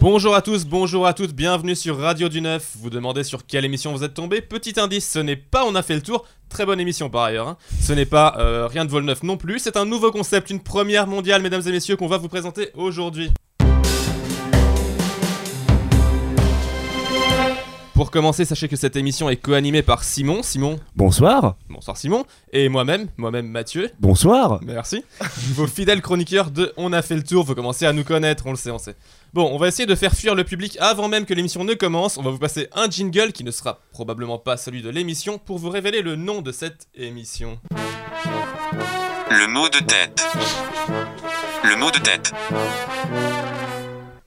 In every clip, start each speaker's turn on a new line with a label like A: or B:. A: Bonjour à tous, bonjour à toutes, bienvenue sur Radio du Neuf. Vous demandez sur quelle émission vous êtes tombé Petit indice, ce n'est pas On a fait le tour, très bonne émission par ailleurs. hein. Ce n'est pas euh, Rien de vol neuf non plus, c'est un nouveau concept, une première mondiale, mesdames et messieurs, qu'on va vous présenter aujourd'hui. Pour commencer, sachez que cette émission est co-animée par Simon. Simon,
B: Bonsoir.
A: bonsoir Simon, et moi-même, moi-même Mathieu.
B: Bonsoir.
A: Merci. Vos fidèles chroniqueurs de On a fait le tour, vous commencez à nous connaître, on le sait, on sait. Bon, on va essayer de faire fuir le public avant même que l'émission ne commence. On va vous passer un jingle qui ne sera probablement pas celui de l'émission pour vous révéler le nom de cette émission.
C: Le mot de tête. Le mot de tête.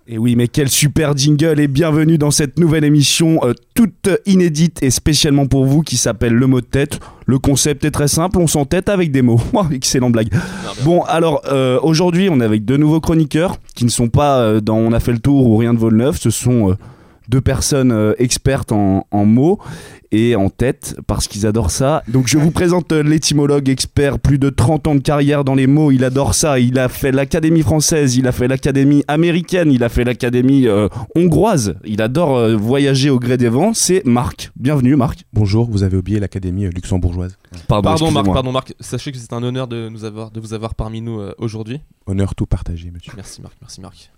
B: Et oui, mais quel super jingle et bienvenue dans cette nouvelle émission euh, toute inédite et spécialement pour vous qui s'appelle Le mot de tête. Le concept est très simple, on s'entête avec des mots. Ouah, Excellente blague.
A: Non, mais-
B: Bon, alors euh, aujourd'hui, on est avec deux nouveaux chroniqueurs qui ne sont pas euh, dans On a fait le tour ou Rien de vaut le neuf. Ce sont euh, deux personnes euh, expertes en, en mots et en tête parce qu'ils adorent ça. Donc je vous présente euh, l'étymologue expert, plus de 30 ans de carrière dans les mots. Il adore ça. Il a fait l'Académie française, il a fait l'Académie américaine, il a fait l'Académie euh, hongroise. Il adore euh, voyager au gré des vents. C'est Marc. Bienvenue, Marc.
D: Bonjour, vous avez oublié l'Académie euh, luxembourgeoise.
A: Pardon Marc,
B: ah bah, excusez-moi.
A: pardon Marc, sachez que c'est un honneur de, nous avoir, de vous avoir parmi nous euh, aujourd'hui.
D: Honneur tout partagé, monsieur.
A: Merci Marc, merci Marc.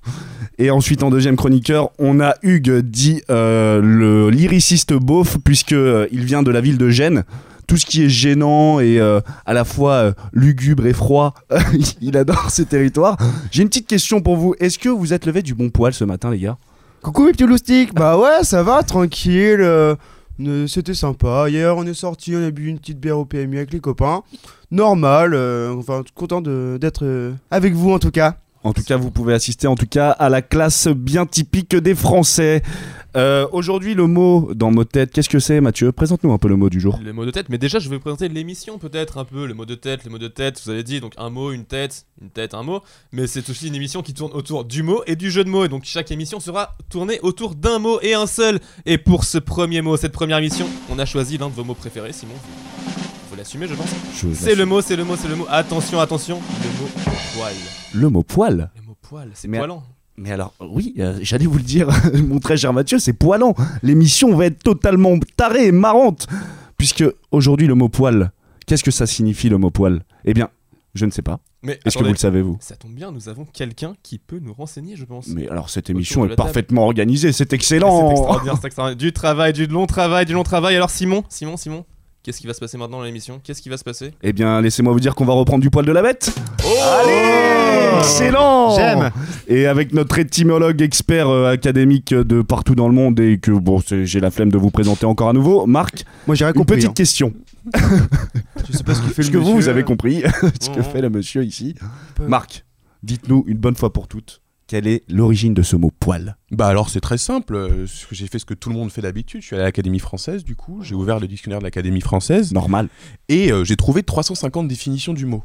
B: Et ensuite, en deuxième chroniqueur, on a Hugues, dit euh, le lyriciste beauf, puisque euh, il vient de la ville de Gênes. Tout ce qui est gênant et euh, à la fois euh, lugubre et froid, il adore ces territoires. J'ai une petite question pour vous. Est-ce que vous êtes levé du bon poil ce matin, les gars
E: Coucou mes petits loustiques, bah ouais ça va, tranquille, euh, ne- c'était sympa, hier on est sorti, on a bu une petite bière au PMU avec les copains, normal, euh, enfin content de- d'être euh, avec vous en tout cas.
B: En tout cas, vous pouvez assister en tout cas à la classe bien typique des Français. Euh, Aujourd'hui, le mot dans mot tête, qu'est-ce que c'est, Mathieu Présente-nous un peu le mot du jour.
A: Le mot de tête, mais déjà je vais vous présenter l'émission peut-être un peu, le mot de tête, le mot de tête, vous avez dit donc un mot, une tête, une tête, un mot, mais c'est aussi une émission qui tourne autour du mot et du jeu de mots, et donc chaque émission sera tournée autour d'un mot et un seul. Et pour ce premier mot, cette première émission, on a choisi l'un de vos mots préférés, Simon. Vous, vous l'assumez, je pense. C'est le mot, c'est le mot, c'est le mot. Attention, attention, le mot poil.
B: le mot poil.
A: Le mot poil, c'est
B: Mais-
A: poilant.
B: Mais alors, oui, euh, j'allais vous le dire, mon très cher Mathieu, c'est poilant. L'émission va être totalement tarée et marrante. Puisque aujourd'hui, le mot poil, qu'est-ce que ça signifie le mot poil Eh bien, je ne sais pas.
A: Mais
B: Est-ce que
A: attendez,
B: vous le savez, vous
A: ça tombe bien, nous avons quelqu'un qui peut nous renseigner, je pense.
B: Mais alors, cette
A: Autour
B: émission
A: de
B: est
A: la table.
B: parfaitement organisée, c'est
A: Ah, C'est
B: excellent
A: extraordinaire, c'est extraordinaire. Du travail, du long travail, du long travail. Alors Simon, Simon, Simon, qu'est-ce qui va se passer maintenant dans l'émission Qu'est-ce qui va se passer
B: Eh bien, laissez-moi vous dire qu'on va reprendre du poil de la bête
A: Oh.
B: Oh Excellent
E: J'aime.
B: Et avec notre étymologue expert euh, académique de partout dans le monde et que, bon, c'est- j'ai la flemme de vous présenter encore à nouveau, Marc,
E: Moi j'ai rien
B: une
E: compris,
B: petite
E: hein.
B: question.
E: je sais pas ce qu'il fait
B: Est-ce
E: le
B: que vous, vous
E: monsieur, euh, Mhm.
B: avez
E: là.
B: compris ce que
A: Oh.
B: fait le monsieur ici
E: Peu.
B: Marc, dites-nous une bonne fois pour toutes, quelle est l'origine de ce mot poil
D: Bah alors c'est très simple, euh, ce que j'ai fait ce que tout le monde fait d'habitude, je suis allé à l'Académie française du coup, j'ai ouvert le dictionnaire de l'Académie française
B: Normal.
D: et euh, j'ai trouvé 350 définitions du mot.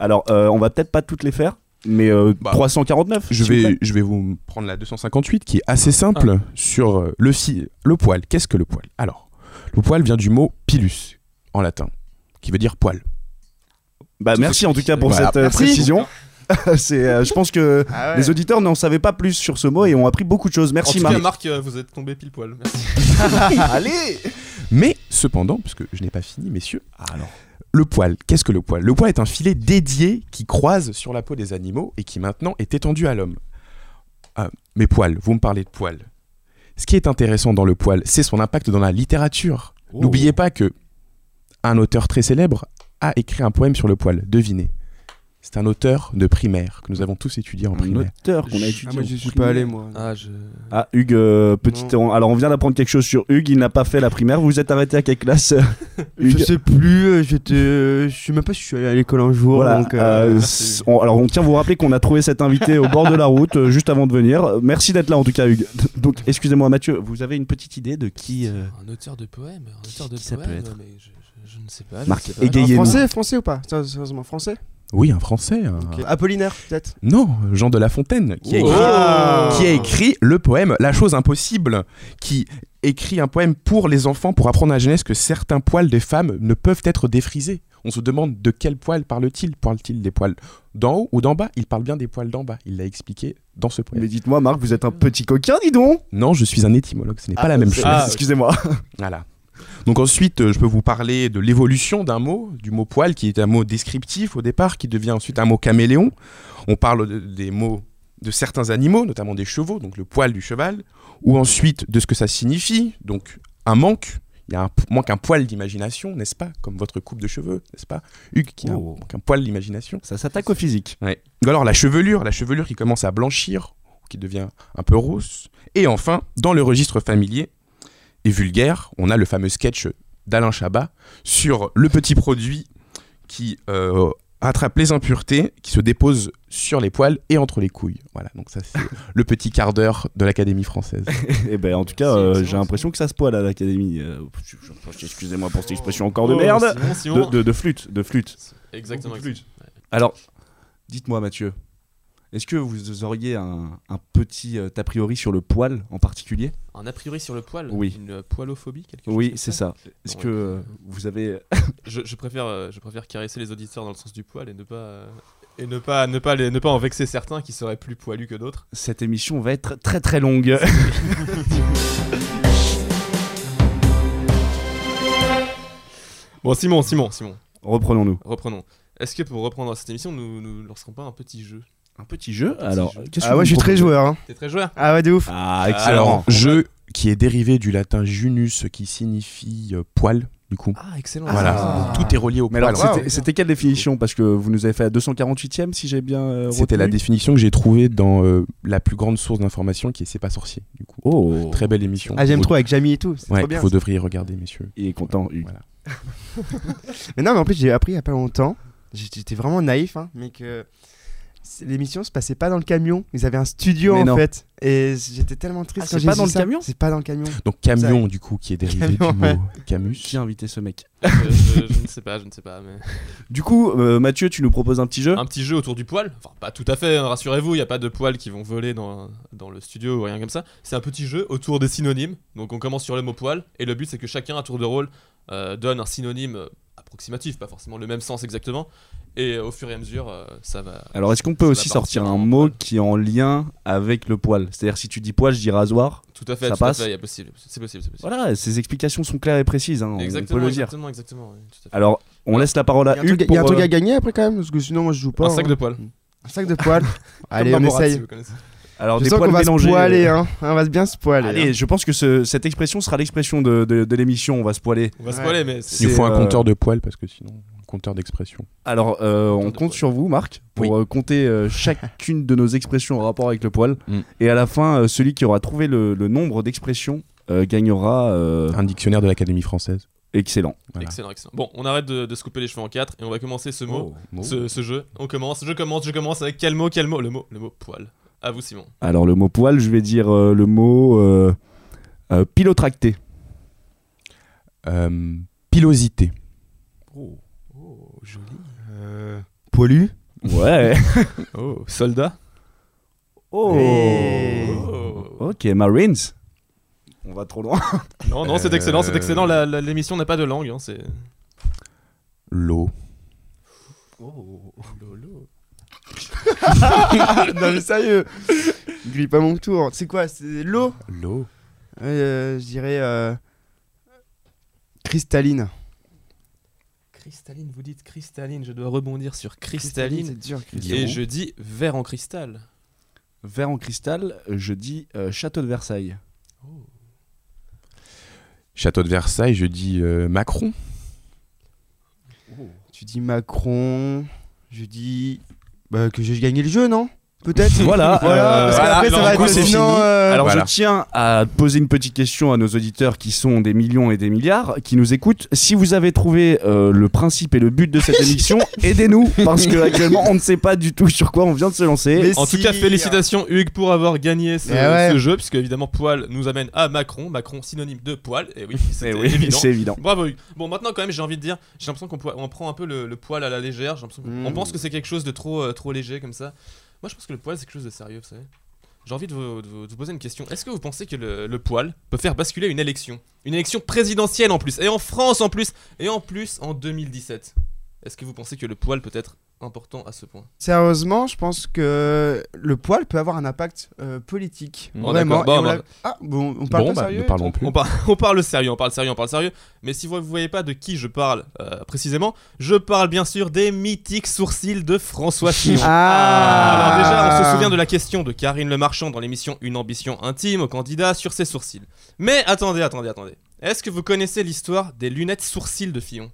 B: Alors, euh, on va peut-être pas toutes les faire, mais euh,
D: Bah,
B: 349. s'il
D: Je
B: vous plaît.
D: vais, je vais vous prendre la 258 qui est assez simple sur euh, le, fi- le poil. Qu'est-ce que le poil Alors, le poil vient du mot pilus en latin, qui veut dire poil.
B: Bah, merci en tout cas pour
D: Voilà.
B: cette euh,
E: Merci.
B: précision. C'est, euh, je pense que
E: Ah ouais.
B: les auditeurs n'en savaient pas plus sur ce mot et ont appris beaucoup de choses.
A: En
B: Merci
A: tout cas,
B: Marc.
A: Marc, euh, vous êtes tombé pile poil. Merci.
B: Allez
D: Mais cependant, parce que je n'ai pas fini messieurs,
B: alors.
D: Le poil, qu'est-ce que le poil Le poil est un filet dédié qui croise sur la peau des animaux et qui maintenant est étendu à l'homme. Ah, mais poil, vous me parlez de poil. Ce qui est intéressant dans le poil, c'est son impact dans la littérature.
E: Oh.
B: Oh.
D: N'oubliez pas que un auteur très célèbre a écrit un poème sur le poil. Devinez. C'est un auteur de primaire que nous avons tous étudié en
B: Un
D: primaire.
B: auteur qu'on a
E: Ah
B: étudié.
E: moi
B: en
E: je suis
B: primaire.
E: pas allé moi.
A: Ah, je...
B: Ah, Hugues, euh, petite. on- alors, on vient d'apprendre quelque chose sur Hugues. Il n'a pas fait la primaire. Vous vous êtes arrêté à quelle classe euh,
E: Je
B: Hugues
E: sais plus, euh, j'étais, euh, je sais même pas si je suis allé à l'école un jour,
B: Voilà,
E: donc...
B: euh,
E: euh,
B: s- on- alors on tient à vous rappeler qu'on a trouvé cet invité au bord de la route euh, juste avant de venir. Euh, Merci d'être là en tout cas Hugues. Donc excusez-moi Mathieu, vous avez une petite idée de qui euh,
A: Un auteur de poème, un auteur de
B: qui ça peut
A: poème,
B: être
A: mais je, je- je ne sais pas. je
B: Marc,
A: ne sais pas.
B: égayez-nous.
E: Français, français ou pas Sérieux- Sérieusement, français
D: Oui, un français. un-
E: Apollinaire, peut-être
D: Non, Jean de La Fontaine qui a
A: Oh.
D: écrit
E: Ah.
D: qui a écrit le poème La chose impossible, qui écrit un poème pour les enfants pour apprendre à la jeunesse que certains poils des femmes ne peuvent être défrisés. On se demande de quel poil parle-t-il Parle-t-il des poils d'en haut ou d'en bas Il parle bien des poils d'en bas. Il l'a expliqué dans ce poème.
B: Mais dites-moi, Marc, vous êtes un petit coquin, dis donc
D: Non, je suis un étymologue, ce n'est
B: Ah,
D: pas la même
B: c'est-
D: chose.
B: ah, Excusez-moi.
D: Voilà. Donc ensuite, euh, je peux vous parler de l'évolution d'un mot, du mot poil, qui est un mot descriptif au départ, qui devient ensuite un mot caméléon. On parle de- des mots de certains animaux, notamment des chevaux, donc le poil du cheval, ou ensuite de ce que ça signifie, donc un manque. Il y a un p- manque un poil d'imagination, n'est-ce pas Comme votre coupe de cheveux, n'est-ce pas Hugues, qui a un,
B: Oh.
D: manque un poil d'imagination.
B: Ça s'attaque au physique.
D: Ouais. Ou alors la chevelure, la chevelure qui commence à blanchir, qui devient un peu rousse. Et enfin, dans le registre familier et vulgaire, on a le fameux sketch d'Alain Chabat sur le petit produit qui euh, attrape les impuretés, qui se dépose sur les poils et entre les couilles. Voilà, donc ça c'est le petit quart d'heure de l'Académie française.
B: Et ben, en tout cas,
A: C'est
B: euh,
A: excellent,
B: j'ai l'impression que ça se poil à l'académie. Euh, je- je- je- Excusez-moi pour cette expression encore de
A: Oh,
B: merde.
A: Simon,
B: De,
A: Simon.
B: de- de flûte, de flûte.
A: Exactement.
B: Beaucoup de
A: exactement.
B: Alors, dites-moi, Mathieu, est-ce que vous auriez un, un petit euh, a priori sur le poil en particulier
A: Un a priori sur le poil
B: Oui.
A: Une euh, poilophobie quelque chose
B: Oui,
A: comme
B: c'est ça. Est-ce
A: Non,
B: que
A: ouais.
B: euh, vous avez.
A: je, je préfère, euh, je préfère caresser les auditeurs dans le sens du poil et ne pas, euh, et ne pas, ne pas, les- ne pas en vexer certains qui seraient plus poilus que d'autres.
B: Cette émission va être très très longue.
A: Bon, Simon, Simon, Simon,
B: Reprenons-nous.
A: reprenons. Est-ce que pour reprendre cette émission, nous, nous lancerons pas un petit jeu
B: Un petit jeu.
A: petit
B: Alors,
A: jeu.
B: qu'est-ce que
E: Ah,
B: vous
E: ouais, je suis très
B: proposez
E: joueur. hein.
A: T'es très joueur
E: Ah, ouais, de ouf.
B: Ah,
D: Alors,
B: excellent.
D: jeu qui est dérivé du latin junus, qui signifie euh, poil, du coup.
A: Ah, excellent.
D: Voilà,
E: Ah.
D: Donc, tout est relié au
B: Mais
D: poil.
B: alors,
E: Voilà.
B: c'était- c'était quelle définition Parce que vous nous avez fait à 248ème, si j'ai bien. euh,
D: C'était la
B: retenu.
D: définition que j'ai trouvée dans euh, la plus grande source d'information qui est C'est pas sorcier. Du coup,
B: Oh,
D: très belle émission.
E: Ah, j'aime
D: Vous-
E: trop avec Jamie et tout. C'est
D: Ouais,
E: trop bien.
D: vous devriez regarder, messieurs.
B: il est content, Hugues.
D: Voilà.
E: Mais non, mais en plus, j'ai appris il y a pas longtemps. J'étais j'étais vraiment naïf, hein, mais que c'est- l'émission se passait pas dans le camion. Ils avaient un studio
B: Mais
E: en
B: non.
E: fait. Et j'étais tellement triste
B: Ah,
E: quand
B: c'est
E: j'ai
B: pas
E: su
B: dans le
E: ça.
B: camion
E: C'est pas dans le camion.
D: Donc, camion, du coup, qui est dérivé
E: Camion,
D: du
E: ouais.
D: mot Camus.
B: Qui a invité ce mec
A: Je, je- je ne sais pas, je ne sais pas. mais-
B: Du coup, euh, Mathieu, tu nous proposes un petit jeu
A: Un petit jeu autour du poil. Enfin, pas tout à fait, hein, rassurez-vous, il n'y a pas de poils qui vont voler dans, dans le studio ou rien comme ça. C'est un petit jeu autour des synonymes. Donc, on commence sur le mot poil. Et le but, c'est que chacun, à tour de rôle, euh, donne un synonyme euh, approximatif, pas forcément le même sens exactement. Et euh, au fur et à mesure, euh, ça va.
B: Alors, est-ce qu'on peut
A: Ça
B: aussi
A: va
B: sortir
A: partir
B: un
A: en
B: mot
A: poil.
B: qui est en lien avec le poil C'est-à-dire, si tu dis poil, je dis rasoir.
A: Tout à fait,
B: Ça
A: tout à
B: passe
A: fait, il y a possible. C'est possible, c'est possible.
B: Voilà, ces explications sont claires et précises, hein, on-
A: exactement,
B: on peut le dire.
A: exactement, exactement. oui, tout à fait.
B: Alors, on laisse la parole
E: Il y a
B: à
E: un, truc,
B: Hugues
E: Bah, il y a un
B: pour,
E: truc
B: euh,
E: à gagner après quand même, parce que sinon, moi je joue pas.
A: un sac
E: hein.
A: de poils.
E: Un sac de poils. Allez,
A: Comme
E: on
A: dans Borat, si
E: essaye.
A: vous connaissez.
B: euh, Alors,
E: Je
B: des
E: sens
B: poils
E: qu'on va se
B: mélangés.
E: poiler,
B: euh,
E: hein. On va bien se poiler. hein.
B: Allez, je pense que ce- cette expression sera l'expression de, de- de l'émission, on va se poiler.
A: On va se
E: Ouais.
A: poiler, mais
D: Il
A: c'est-
D: nous faut un
B: euh,
D: compteur de poils parce que sinon, un compteur d'expression.
B: Alors, euh, on
A: Attends,
B: compte
A: ouais.
B: sur vous, Marc, pour
D: Oui.
B: euh, compter euh, chacune de nos expressions en rapport avec le poil.
D: Mm.
B: Et à la fin, euh, celui qui aura trouvé le, le nombre d'expressions euh, gagnera. euh,
D: Un dictionnaire de l'Académie française.
B: Excellent.
D: Voilà.
A: excellent, excellent. Bon, on arrête de, de se couper les cheveux en quatre et on va commencer ce mot,
D: Bon.
A: ce, ce jeu. On commence, je commence, je commence avec quel mot, quel mot Le mot, le mot poil. À vous, Simon.
B: Alors, le mot poil, je vais dire euh, le mot euh, euh, pilotracté.
D: Euh, pilosité.
A: Oh, joli.
E: Euh, Poilu
B: Ouais.
A: Oh, soldat.
B: oh.
E: Hey.
A: Oh.
B: Ok, Marines. On va trop loin.
A: Non, non, c'est
D: Euh.
A: excellent, c'est excellent. la- la- L'émission n'a pas de langue. Hein, c'est.
D: L'eau.
E: Non mais sérieux Grille pas mon tour. C'est quoi C'est l'eau
D: L'eau.
E: Euh, Je dirais. euh, Cristalline.
A: Cristalline, vous dites cristalline. Je dois rebondir sur cristalline.
E: C'est dur,
A: Et je dis verre en cristal.
B: Verre en cristal, je dis euh, château de Versailles.
D: Château de Versailles, je dis euh, Macron.
E: Tu dis Macron. Je dis. Bah, que j'ai gagné le jeu, non Peut-être
B: Voilà,
E: Voilà,
B: euh,
E: parce qu'après,
A: voilà,
E: ça
A: du
E: va
A: coup,
E: être
A: c'est
E: sinon,
D: fini.
E: euh,
B: Alors
D: Voilà.
B: je tiens à poser une petite question à nos auditeurs qui sont des millions et des milliards qui nous écoutent. Si vous avez trouvé euh, le principe et le but de cette émission, aidez-nous parce que actuellement on ne sait pas du tout sur quoi on vient de se lancer.
E: Mais
A: eh, En
E: si.
A: tout cas, félicitations Hugues pour avoir gagné ce,
E: Eh ouais.
A: ce jeu, puisque évidemment poil nous amène à Macron, Macron synonyme de poil, et Eh oui,
B: Mais
A: c'est
B: oui,
A: évident.
B: c'est évident.
A: Bravo Hugues. Bon, maintenant quand même, j'ai envie de dire, j'ai l'impression qu'on po- on prend un peu le, le poil à la légère, j'ai l'impression qu'on-
E: Mm.
A: on pense que c'est quelque chose de trop, euh, trop léger comme ça. Moi je pense que le poil c'est quelque chose de sérieux, vous savez. J'ai envie de vous, de vous- de vous poser une question. Est-ce que vous pensez que le, le poil peut faire basculer une élection Une élection présidentielle en plus, et en France en plus, et en plus en 2017 Est-ce que vous pensez que le poil peut être important à ce point
E: euh, Sérieusement, je pense que le poil peut avoir un impact euh, politique.
A: Bon,
E: vraiment.
A: d'accord. Bon,
E: Et on
A: bah-
E: l'a- Ah, bon, on parle
D: bon,
E: pas
D: bah,
E: sérieux
D: ne parlons plus.
A: on, par- on parle sérieux, on parle sérieux, on parle sérieux. Mais si vous ne voyez pas de qui je parle euh, précisément, je parle bien sûr des mythiques sourcils de François Fillon.
E: Ah.
A: Alors déjà, on se souvient de la question de Karine Le Marchand dans l'émission Une ambition intime au candidat sur ses sourcils. Mais attendez, attendez, attendez. Est-ce que vous connaissez l'histoire des lunettes sourcils de Fillon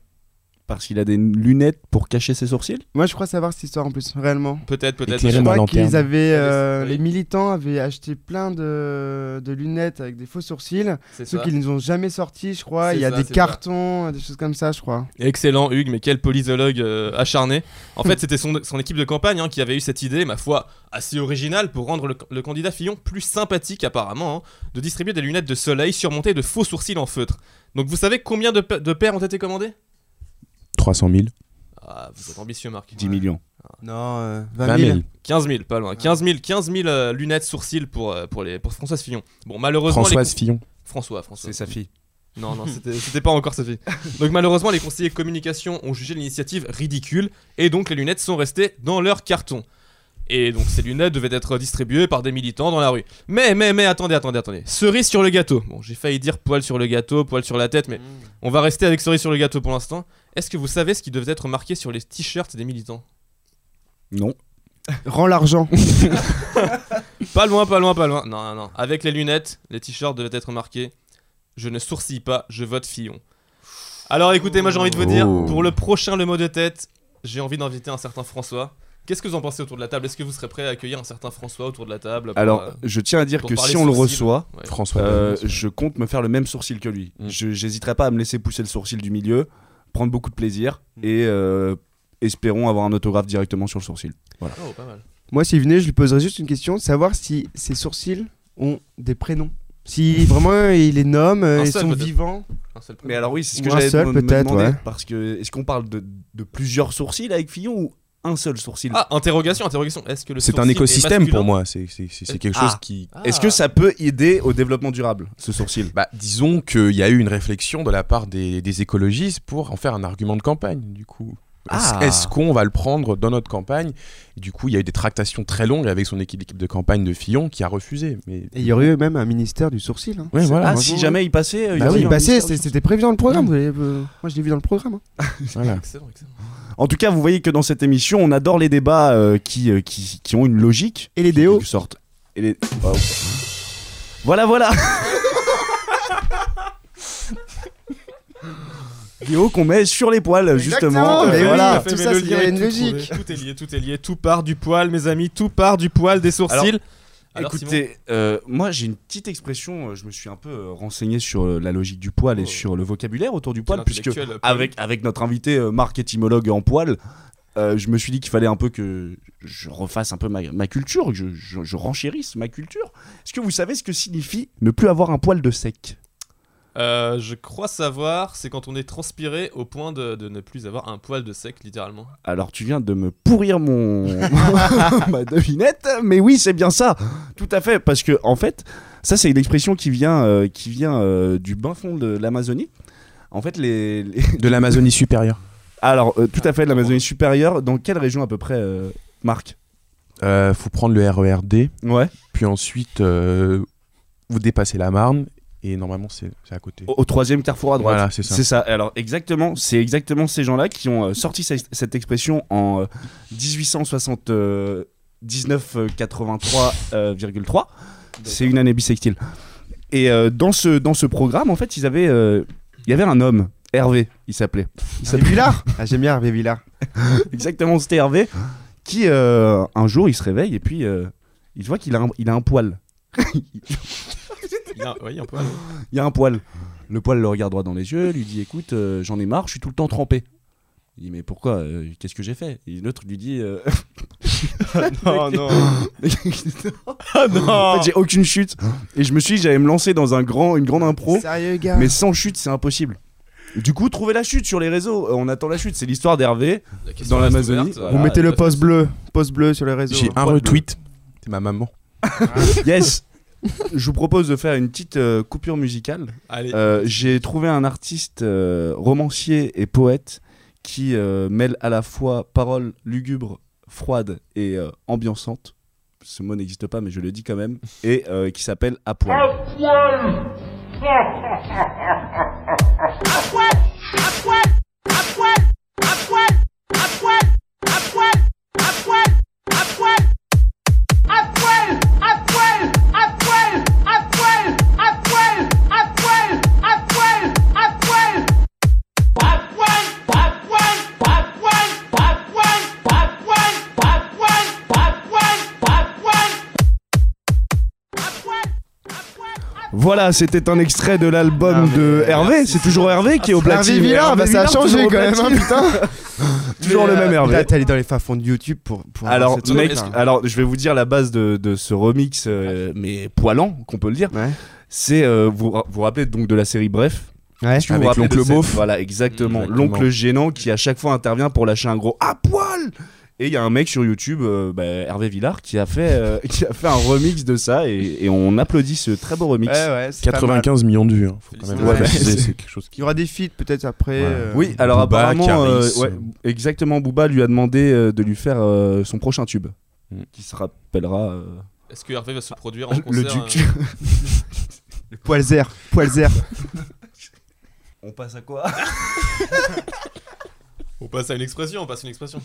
B: Parce qu'il a des lunettes pour cacher ses sourcils
E: Moi, je crois savoir cette histoire en plus, réellement.
A: Peut-être, peut-être.
D: Éclairez-moi.
E: Je
D: Ma
E: crois
D: lanterne.
E: qu'ils avaient, euh,
A: Oui.
E: les militants avaient acheté plein de, de lunettes avec des faux sourcils,
A: C'est
E: ceux
A: ça.
E: qui ne ont jamais sortis, je crois.
A: C'est
E: Il y a
A: ça,
E: des
A: c'est ça.
E: cartons, des choses comme ça, je crois.
A: Excellent Hugues, mais quel polysologue euh, acharné. En fait, c'était son, son équipe de campagne hein, qui avait eu cette idée, ma foi, assez originale pour rendre le, le candidat Fillon plus sympathique apparemment, hein, de distribuer des lunettes de soleil surmontées de faux sourcils en feutre. Donc vous savez combien de, pa- de paires ont été commandées
D: 300 000.
A: Ah, vous êtes ambitieux Marc.
B: 10 millions.
E: Non,
A: euh,
D: 20 000.
A: 15 000, pas loin. 15 000, 15 000 euh, lunettes sourcils pour, euh, pour, les, pour Françoise Fillon. Bon, malheureusement... les-
D: Françoise Fillon.
A: François, François.
B: sa fille.
A: Non, non, c'était c'était pas encore sa fille. Donc malheureusement, les conseillers communication ont jugé l'initiative ridicule et donc les lunettes sont restées dans leur carton. Et donc ces lunettes devaient être distribuées par des militants dans la rue. Mais, mais, mais, attendez, attendez, attendez. Cerise sur le gâteau. Bon, j'ai failli dire poil sur le gâteau, poil sur la tête, mais on va rester avec cerise sur le gâteau pour l'instant. Est-ce que vous savez ce qui devait être marqué sur les t-shirts des militants
B: Non.
E: Rends l'argent.
A: Pas loin, pas loin, pas loin. Non, non, non. Avec les lunettes, les t-shirts devaient être marqués. Je ne sourcille pas, je vote Fillon. Alors écoutez, moi j'ai envie de vous dire,
D: Oh.
A: pour le prochain Le Mot de Tête, j'ai envie d'inviter un certain François. Qu'est-ce que vous en pensez autour de la table Est-ce que vous serez prêt à accueillir un certain François autour de la table pour,
B: Alors,
A: euh,
B: je tiens à dire
A: pour
B: que
A: parler
B: si on le
A: sourcils.
B: reçoit,
A: ouais.
D: François.
B: euh,
D: Fillon.
B: je compte me faire le même sourcil que lui.
D: Mm.
B: Je J'hésiterai pas à me laisser pousser le sourcil du milieu, prendre beaucoup de plaisir et euh, espérons avoir un autographe directement sur le sourcil.
A: Oh, pas mal.
E: Moi, s'il venait, je lui poserais juste une question, savoir si ses sourcils ont des prénoms. Si vraiment il les nomme, euh,
A: Un
E: ils
A: seul,
E: sont
A: peut-être.
E: vivants.
A: Un seul prénom.
B: Mais alors oui, c'est ce
E: Ou
B: que
E: un
B: j'allais
E: seul,
B: me- me
E: peut-être,
B: demander,
E: ouais.
B: parce que est-ce qu'on parle de, de plusieurs sourcils avec Fillon ou un seul sourcil
A: Ah, interrogation, interrogation. Est-ce que le
D: C'est un
A: sourcil est
D: écosystème pour
A: masculin
D: moi. C'est c'est- c'est- c'est quelque
B: Ah.
D: chose qui.
A: Ah.
B: Est-ce que ça peut aider au développement durable, ce sourcil
D: Bah, disons qu'il y a eu une réflexion de la part des, des écologistes pour en faire un argument de campagne, du coup. Est-ce-
B: Ah.
D: Est-ce qu'on va le prendre dans notre campagne Et Du coup, il y a eu des tractations très longues avec son équipe, l'équipe de campagne de Fillon qui a refusé. Mais...
E: Et il y aurait eu même un ministère du sourcil. hein.
D: Ouais, voilà.
B: Ah, si jamais il passait, euh, il y
E: Bah
B: aurait
E: oui,
B: un
E: bah c'est-
B: ministère
E: c'est-
B: du Ah
E: c'était prévu dans le programme. vous voyez, euh, moi, je l'ai vu dans le programme. hein.
D: voilà.
A: Excellent, excellent.
B: En tout cas, vous voyez que dans cette émission, on adore les débats euh, qui, euh, qui, qui ont une logique.
E: Et les
B: en
E: déos.
B: quelque sorte. Et les- Wow. Voilà, voilà Déos qu'on met sur les poils, justement. Euh,
E: Exactement, mais oui,
B: Oh, voilà.
E: tout ça,
A: le
E: c'est
A: lien
E: lié à
A: est
E: une
A: tout
E: logique.
A: trouvé. Tout est lié, tout est lié. Tout part du poil, mes amis. Tout part du poil des sourcils.
B: Alors,
A: Alors, Simon,
B: Écoutez, euh, moi j'ai une petite expression, euh, je me suis un peu euh, renseigné sur euh, la logique du poil et
A: Oh.
B: sur le vocabulaire autour du poil,
A: quel
B: puisque
A: intellectuel, Paul.
B: avec, avec notre invité euh, Marc étymologue en poil, euh, je me suis dit qu'il fallait un peu que je refasse un peu ma, ma culture, que je, je- je renchérisse ma culture. Est-ce que vous savez ce que signifie ne plus avoir un poil de sec
A: Euh, je crois savoir, c'est quand on est transpiré au point de, de ne plus avoir un poil de sec, littéralement.
B: Alors tu viens de me pourrir mon ma devinette, mais oui c'est bien ça, tout à fait, parce que en fait ça c'est une expression qui vient euh, qui vient euh, du bain fond de l'Amazonie. En fait les, les-
D: De Ah. l'Amazonie supérieure.
B: alors euh, tout à fait de l'Amazonie supérieure. Dans quelle région à peu près, euh, Marc
D: Euh, faut prendre le RERD,
B: Ouais.
D: puis ensuite euh, vous dépassez la Marne et normalement c'est c'est à côté.
B: au, au troisième carrefour à droite.
D: Voilà, c'est ça.
B: C'est ça. Alors exactement, c'est exactement ces gens-là qui ont euh, sorti ce- cette expression en euh, euh, 1879-83,3. c'est une année bisextile. Et euh, dans ce dans ce programme, en fait, ils avaient euh, il y avait un homme, Hervé, il s'appelait. Il
E: Hervé
B: s'appelait
E: Villard Ah, J'aime bien Hervé Villard.
B: exactement, c'était Hervé qui euh, un jour il se réveille et puis euh, il voit qu'il a un, il a un poil.
A: Il y a- ouais, il y a un poil.
B: Il y a un poil. Le poil le regarde droit dans les yeux, lui dit écoute, euh, j'en ai marre, je suis tout le temps trempé. Il dit mais pourquoi euh, Qu'est-ce que j'ai fait Et l'autre lui dit euh,
A: non, non.
B: en fait j'ai aucune chute et je me suis dit j'allais me lancer dans un grand une grande impro,
E: Sérieux, gars
B: mais sans chute c'est impossible. Du coup trouvez la chute sur les réseaux, Euh, on attend la chute, c'est l'histoire d'Hervé.
A: La question
B: Dans
A: reste
B: l'Amazonie,
A: ouverte,
B: vous
A: voilà.
E: Vous mettez le
A: Tout à
E: post bleu, post bleu sur les réseaux. hein.
D: J'ai un
B: Poil
D: retweet. C'est ma maman.
B: Yes. Je vous propose de faire une petite euh, coupure musicale.
A: fait. Allez,
B: Euh, j'ai trouvé un artiste euh, romancier et poète qui euh, mêle à la fois paroles lugubres, froides et euh, ambiançantes. Ce mot n'existe pas, mais je le dis quand même. Et euh, qui s'appelle À poil. À poil À poil À poil À poil À poil À poil À poil À poil À poil À poil À poil À poil À poil À poil À poil À poil À poil À poil Voilà, c'était un extrait de l'album
A: Ah, mais
B: de Hervé.
A: merci.
B: C'est toujours Hervé qui est au platine.
E: Hervé Villard, bah, ça a
B: Villard,
E: changé
B: toujours au
E: quand même,
B: platine.
E: hein, putain.
B: Toujours le
E: Mais,
B: même
E: euh,
B: Hervé.
E: Là, t'es allé dans les fins fonds de YouTube pour. pour avoir
B: Alors,
E: cette
B: mec,
E: soirée, là.
B: alors, je vais vous dire la base de, de ce remix, euh, mais poilant, qu'on peut le dire.
E: Ouais.
B: C'est, euh, vous vous vous rappelez donc de la série Bref
E: Ouais.
B: Est-ce que vous vous
D: Avec
B: rappelez de
D: l'oncle
B: cette-
D: beauf.
B: Voilà, exactement.
D: Exactement.
B: L'oncle gênant qui à chaque fois intervient pour lâcher un gros à poil. Et il y a un mec sur YouTube, euh, bah, Hervé Villard, qui a fait, euh, qui a fait un remix de ça et, et on applaudit ce très beau remix.
E: Ouais, ouais, c'est pas mal.
D: 95 millions de vues. hein. Faut quand même
E: Ouais,
D: préciser,
E: c'est-
D: c'est quelque chose
E: Il
D: qui.
E: y aura des feats peut-être après.
D: Ouais.
E: euh,
B: Oui, alors
D: Booba,
B: apparemment, euh,
D: Caris.
B: ouais, exactement, Booba lui a demandé euh, de lui faire euh, son prochain tube,
D: Mm.
B: qui se rappellera euh,
A: Est-ce que Hervé va se produire en
B: le
A: concert
B: Duc.
A: euh,
E: Poilzer, Poilzer.
B: On passe à quoi
A: On passe à une expression, on passe à une expression.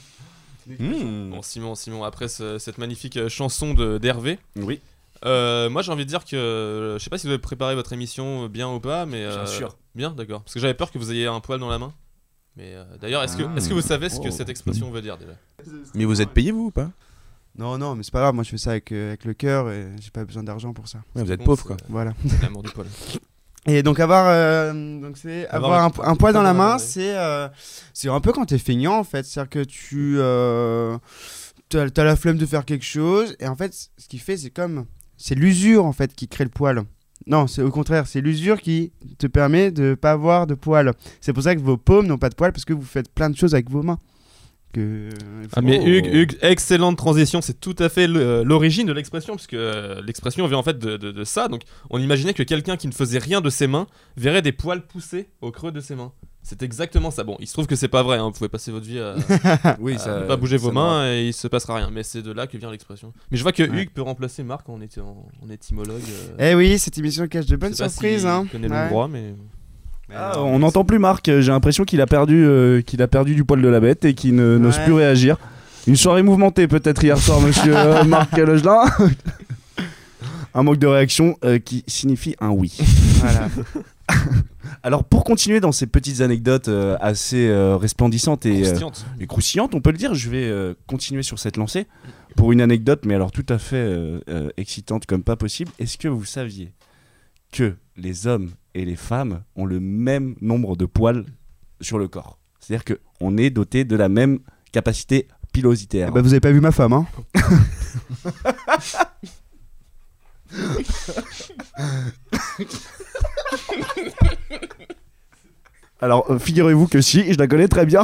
D: Hmm.
A: Bon, Simon, Simon, après ce- cette magnifique euh, chanson de- d'Hervé,
B: Oui,
A: euh, moi j'ai envie de dire que euh, je sais pas si vous avez préparé votre émission euh, bien ou pas, mais. euh, Bien, d'accord. Parce que j'avais peur que vous ayez un poil dans la main. Mais euh, d'ailleurs, est-ce que,
D: Ah.
A: est-ce que vous savez ce que
D: Oh.
A: cette expression veut dire déjà
D: Mais vous êtes payé, vous ou pas
E: Non, non, mais c'est pas grave. Moi, je fais ça avec, euh, avec le cœur et j'ai pas besoin d'argent pour ça.
D: Ouais, Vous êtes
A: Bon,
D: pauvre,
A: c'est,
D: quoi.
E: Voilà.
A: euh, L'amour du poil.
E: Et donc avoir, euh, donc c'est avoir,
A: Avoir
E: un, un poil dans la main,
A: ouais.
E: c'est euh, c'est un peu quand t'es feignant en fait, c'est-à-dire que tu euh, t'as t'as la flemme de faire quelque chose et en fait ce qui fait c'est comme c'est l'usure en fait qui crée le poil. Non, c'est au contraire, c'est l'usure qui te permet de pas avoir de poil. C'est pour ça que vos paumes n'ont pas de poil parce que vous faites plein de choses avec vos mains. Que
A: Ah mais
B: Oh.
A: Hugues, Hugues, excellente transition, c'est tout à fait le- euh, l'origine de l'expression, puisque euh, l'expression vient en fait de, de- de ça, donc on imaginait que quelqu'un qui ne faisait rien de ses mains verrait des poils pousser au creux de ses mains. C'est exactement ça. Bon, il se trouve que c'est pas vrai, hein, vous pouvez passer votre vie à,
B: oui,
A: à Euh, ne pas bouger vos mains et il se passera rien, mais c'est de là que vient l'expression. Mais je vois que Hugues peut remplacer Marc en, éti- en- en étymologue. euh,
E: Eh oui, cette émission cache de
A: je
E: bonnes
A: sais pas
E: surprises
A: s'il
E: hein.
A: connaît
E: Ouais.
A: le droit, mais...
B: Ah, on n'entend plus Marc, euh, j'ai l'impression qu'il a, perdu, euh, qu'il a perdu du poil de la bête et qu'il ne- n'ose
E: Ouais.
B: plus réagir. Une soirée mouvementée peut-être hier soir, monsieur euh, Marc Legelin. un manque de réaction euh, qui signifie un oui.
E: Voilà.
B: Alors pour continuer dans ces petites anecdotes euh, assez euh, resplendissantes et, euh,
A: Croustillante.
B: et croustillantes, on peut le dire, je vais euh, continuer sur cette lancée pour une anecdote, mais alors tout à fait euh, euh, excitante comme pas possible. Est-ce que vous saviez que les hommes et les femmes ont le même nombre de poils sur le corps C'est-à-dire qu'on est doté de la même capacité pilositaire.
E: Eh ben, vous avez pas vu ma femme hein
B: Alors euh, figurez-vous que si, je la connais très bien.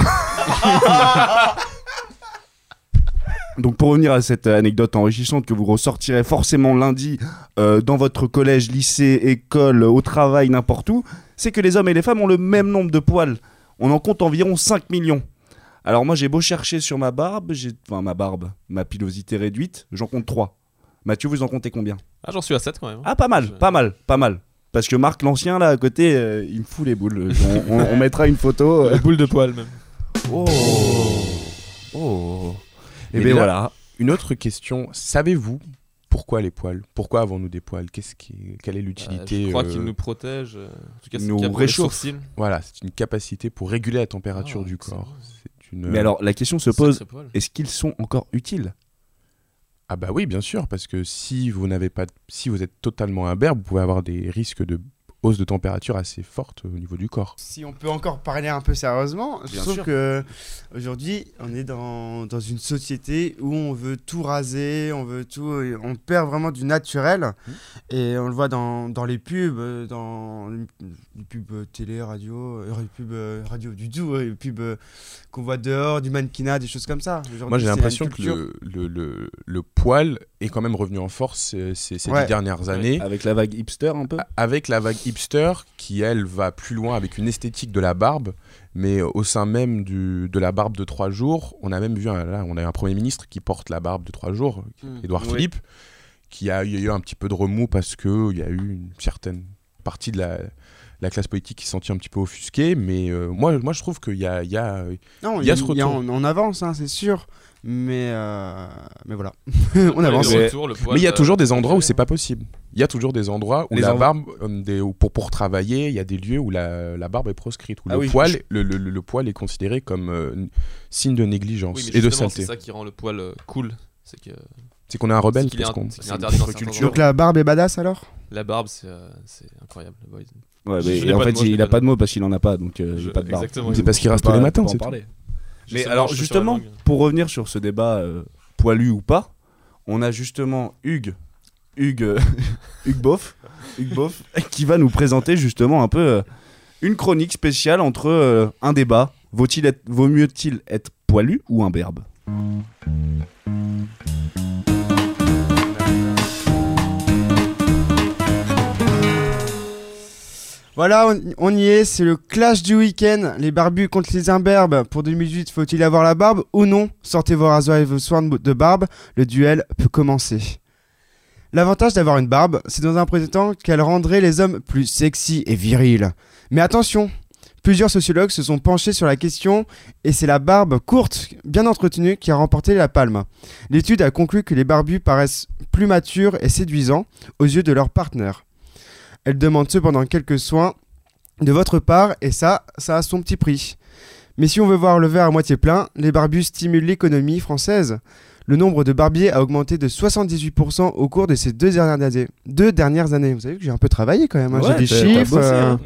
B: Donc pour revenir à cette euh, anecdote enrichissante que vous ressortirez forcément lundi euh, dans votre collège, lycée, école, au travail, n'importe où, c'est que les hommes et les femmes ont le même nombre de poils. On en compte environ 5 millions. Alors moi j'ai beau chercher sur ma barbe, j'ai enfin ma barbe, ma pilosité réduite, j'en compte 3. Mathieu, vous en comptez combien
A: Ah, j'en suis à 7 quand même.
B: ah, pas mal,
A: Je-
B: pas mal, pas mal. Parce que Marc l'ancien, là, à côté, euh, il me fout les boules. On, on- on mettra une photo. euh.
A: La boule de poil même.
B: Oh Oh Et,
D: Et
B: bien
D: là-
B: voilà.
D: Une autre question. Savez-vous pourquoi les poils Pourquoi avons-nous des poils Qu'est-ce qui... Quelle est l'utilité
A: je crois
D: euh,
A: qu'il nous protège. euh, En tout cas,
B: nous
A: c'est le cas pour les
B: réchauffe.
A: sourcils.
D: Voilà, c'est une capacité pour réguler la température
A: Ah,
D: du
A: excellent.
D: corps. C'est une.
B: Mais alors, la question se pose
A: Sacré poil.
B: est-ce qu'ils sont encore utiles
D: Ah bah oui, bien sûr, parce que si vous n'avez pas, de- si vous êtes totalement imberbe, vous pouvez avoir des risques de hausse de température assez forte au niveau du corps.
E: Si on peut encore parler un peu sérieusement, je
B: Bien
E: trouve
B: sûr.
E: que aujourd'hui, on est dans, dans une société où on veut tout raser, on veut tout, et on perd vraiment du naturel. Et on le voit dans, dans les pubs, euh, dans les les pubs euh, télé, radio, euh, les pubs euh, radio du tout, euh, les pubs euh, qu'on voit dehors, du mannequinat, des choses comme ça. Aujourd'hui,
D: Moi,
E: c'est
D: j'ai
E: la
D: l'impression que
E: culture.
D: le, le, le, le poil est quand même revenu en force euh, ces, ces
E: Ouais.
D: dix dernières années.
B: Avec la vague hipster un peu.
D: A- Avec la vague hipster qui, elle, va plus loin avec une esthétique de la barbe, mais au sein même du, de la barbe de trois jours, on a même vu un, là, on a eu un Premier ministre qui porte la barbe de trois jours, Édouard Philippe, qui a eu, il y a eu un petit peu de remous parce qu'il y a eu une certaine partie de la, la classe politique qui s'en tient un petit peu offusquée, mais euh, moi, moi je trouve qu'il y a, il y a-
E: Non,
D: Il y a ce
E: il y a-
D: retour.
E: on, on avance, hein, c'est sûr. Mais, euh, mais voilà. on
A: Le
E: avance.
D: mais-
A: retour, le poil,
D: mais il y a
A: euh,
D: toujours des endroits où c'est pas possible. Il y a toujours des endroits où
B: Les
D: la
B: endro-
D: barbe, euh, des, où pour, pour travailler, il y a des lieux où la, la barbe est proscrite, où
B: Ah
D: le,
B: oui,
D: poil,
B: je-
D: le, le- le- le poil est considéré comme euh, n- signe de négligence
A: Oui, mais
D: et de
A: justement,
D: saleté.
A: C'est ça qui rend le poil euh, cool. C'est que
D: C'est qu'on est un rebelle,
A: c'est qu'il est
D: parce
A: un-
D: qu'on
A: c'est qu'il est
D: c'est une
A: interdit dans
D: contre-
A: certains
E: Donc la barbe est badass alors
A: la barbe, c'est euh, c'est incroyable. le boys.
B: Ouais,
A: Je-
B: mais
A: je n'ai
B: en
A: pas de
B: fait,
A: mots, je
B: il,
A: n'ai
B: a
A: pas
B: pas
A: de
B: de mots parce qu'il en a pas, donc euh,
A: Je-
B: j'ai pas de barbe.
A: exactement.
D: C'est parce qu'il rase
B: Pas-
D: tous les matins,
B: pas en
D: c'est tout.
B: parler. Mais
A: Justement,
B: alors,
A: je cherche la
B: justement,
A: langue.
B: pour revenir sur ce débat euh, poilu ou pas, on a justement Hugues, Hugues, euh, Hugues Boff, Hugues Boff, qui va nous présenter justement un peu euh, une chronique spéciale entre euh, un débat. Vaut-il être, vaut mieux-il être poilu ou imberbe
E: Voilà, on, on y est, c'est le clash du week-end. Les barbus contre les imberbes. Pour 2018, faut-il avoir la barbe ou non Sortez vos rasoirs et vos soins de de barbe, le duel peut commencer. L'avantage d'avoir une barbe, c'est dans un premier temps qu'elle rendrait les hommes plus sexy et virils. Mais attention, plusieurs sociologues se sont penchés sur la question et c'est la barbe courte, bien entretenue, qui a remporté la palme. L'étude a conclu que les barbus paraissent plus matures et séduisants aux yeux de leurs partenaires. Elle demande cependant quelques soins de votre part et ça, ça a son petit prix. Mais si on veut voir le verre à moitié plein, les barbus stimulent l'économie française. Le nombre de barbiers a augmenté de 78% au cours de ces deux dernières années. Deux dernières années. Vous savez que j'ai un peu travaillé quand même. hein,
B: Ouais,
E: j'ai des
B: t'as- t'as
E: chiffres.
B: bossé,
E: euh,
B: hein.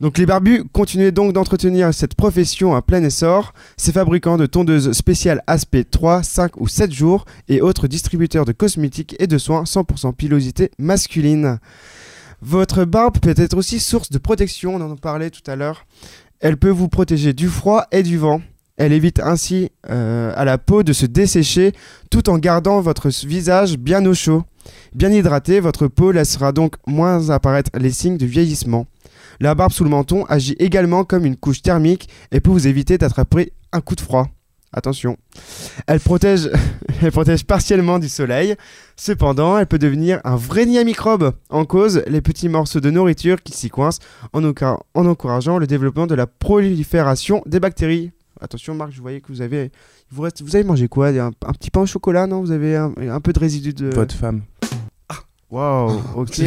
E: donc les barbus continuaient donc d'entretenir cette profession à plein essor. Ces fabricants de tondeuses spéciales aspect 3, 5 ou 7 jours et autres distributeurs de cosmétiques et de soins 100% pilosité masculine. Votre barbe peut être aussi source de protection, on en parlait tout à l'heure. Elle peut vous protéger du froid et du vent. Elle évite ainsi euh, à la peau de se dessécher tout en gardant votre s- visage bien au chaud. Bien hydraté, votre peau laissera donc moins apparaître les signes de vieillissement. La barbe sous le menton agit également comme une couche thermique et peut vous éviter d'attraper un coup de froid. Attention. Elle protège, elle protège partiellement du soleil. Cependant, elle peut devenir un vrai nid à microbes. En cause, les petits morceaux de nourriture qui s'y coincent en, enca- en encourageant le développement de la prolifération des bactéries. Attention, Marc, je voyais que vous avez. il Vous, reste- vous avez mangé quoi un, un petit pain au chocolat, non Vous avez un, un peu de résidu de.
D: Pas de femme.
E: Waouh, ok.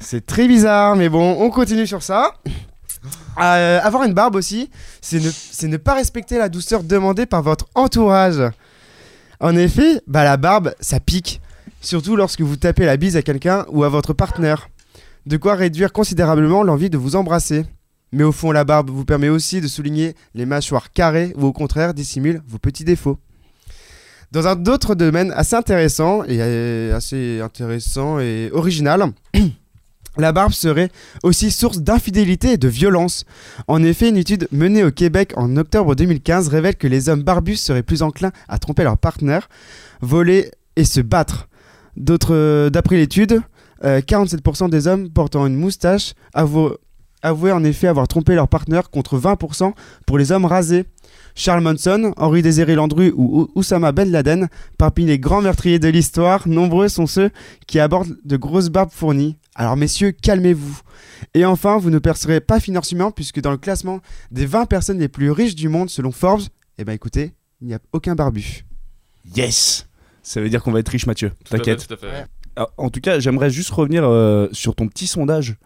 E: c'est très bizarre, mais bon, on continue sur ça. Euh, avoir une barbe aussi, c'est ne, c'est ne pas respecter la douceur demandée par votre entourage. En effet, bah, la barbe, ça pique. Surtout lorsque vous tapez la bise à quelqu'un ou à votre partenaire. De quoi réduire considérablement l'envie de vous embrasser. Mais au fond, la barbe vous permet aussi de souligner les mâchoires carrées ou au contraire dissimule vos petits défauts. Dans un autre domaine assez intéressant et euh, assez intéressant et original, la barbe serait aussi source d'infidélité et de violence. En effet, une étude menée au Québec en octobre 2015 révèle que les hommes barbus seraient plus enclins à tromper leur partenaire, voler et se battre. D'autres, euh, d'après l'étude, euh, 47% des hommes portant une moustache avou- avouaient en effet avoir trompé leur partenaire contre 20% pour les hommes rasés. Charles Manson, Henri Désiré Landru ou O- Oussama Ben Laden, parmi les grands meurtriers de l'histoire, nombreux sont ceux qui abordent de grosses barbes fournies. Alors messieurs, calmez-vous. Et enfin, vous ne percerez pas financièrement puisque dans le classement des 20 personnes les plus riches du monde selon Forbes, eh ben écoutez, il n'y a aucun barbu.
B: Yes Ça veut dire qu'on va être riche, Mathieu.
A: Tout à fait,
B: T'inquiète.
A: tout à fait.
B: Ah, En tout cas, j'aimerais juste revenir euh, sur ton petit sondage.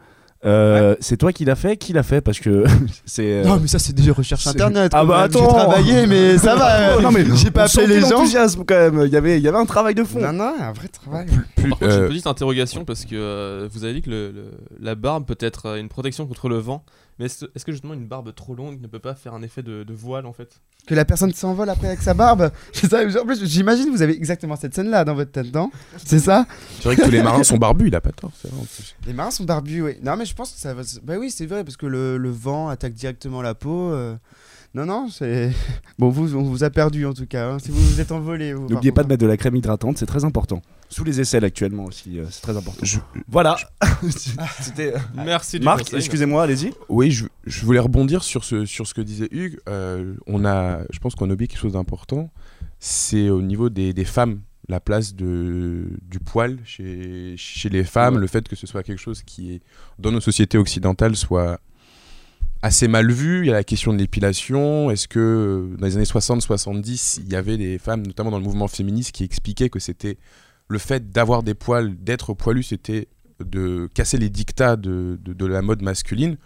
B: Euh, C'est toi qui l'as fait Qui l'a fait Parce que c'est. euh,
E: mais ça c'est déjà recherche
B: C'est-
E: internet.
B: Ah
E: quand
B: bah
E: même.
B: attends.
E: J'ai travaillé mais ça va. euh,
B: Non, mais
E: j'ai pas
B: on
E: appelé
B: sentait
E: les gens.
B: l'enthousiasme, quand même. Il y avait, il y avait un travail de fond.
E: Non non, un vrai travail.
D: Plus,
A: Par contre, j'ai
D: euh,
A: une petite interrogation parce que euh, vous avez dit que le- le- la barbe peut être euh, une protection contre le vent, mais est-ce est-ce que justement une barbe trop longue ne peut pas faire un effet de, de voile en fait
E: Que la personne s'envole après avec sa barbe. Je sais- En plus, j'imagine que vous avez exactement cette scène là dans votre tête, non C'est ça
D: C'est vrai que tous les marins sont barbus, il a pas tort. c'est vrai, en plus.
E: Les marins sont barbus, oui. Non mais je pense que ça va. se- Bah oui, c'est vrai parce que le, le vent attaque directement la peau. euh. Non, non, c'est. Bon, vous, on vous a perdu en tout cas. hein, si vous vous êtes envolé. vous, par
B: N'oubliez pas
E: contre.
B: de mettre de la crème hydratante, c'est très important. Sous les aisselles actuellement aussi, euh, c'est très important. Voilà. C'était. euh,
A: Merci du
B: Marc,
A: conseil.
B: excusez-moi, allez-y.
D: Oui, je, je voulais rebondir sur ce, sur ce que disait Hugues. Euh, on a, je pense qu'on oublie quelque chose d'important. C'est au niveau des, des femmes, la place de, du poil chez, chez les femmes, le fait que ce soit quelque chose qui, est, dans nos sociétés occidentales, soit assez mal vu. Il y a la question de l'épilation. Est-ce que euh, dans les années 60-70, il y avait des femmes, notamment dans le mouvement féministe, qui expliquaient que c'était le fait d'avoir des poils, d'être poilu, c'était de casser les dictats de, de- de la mode masculine.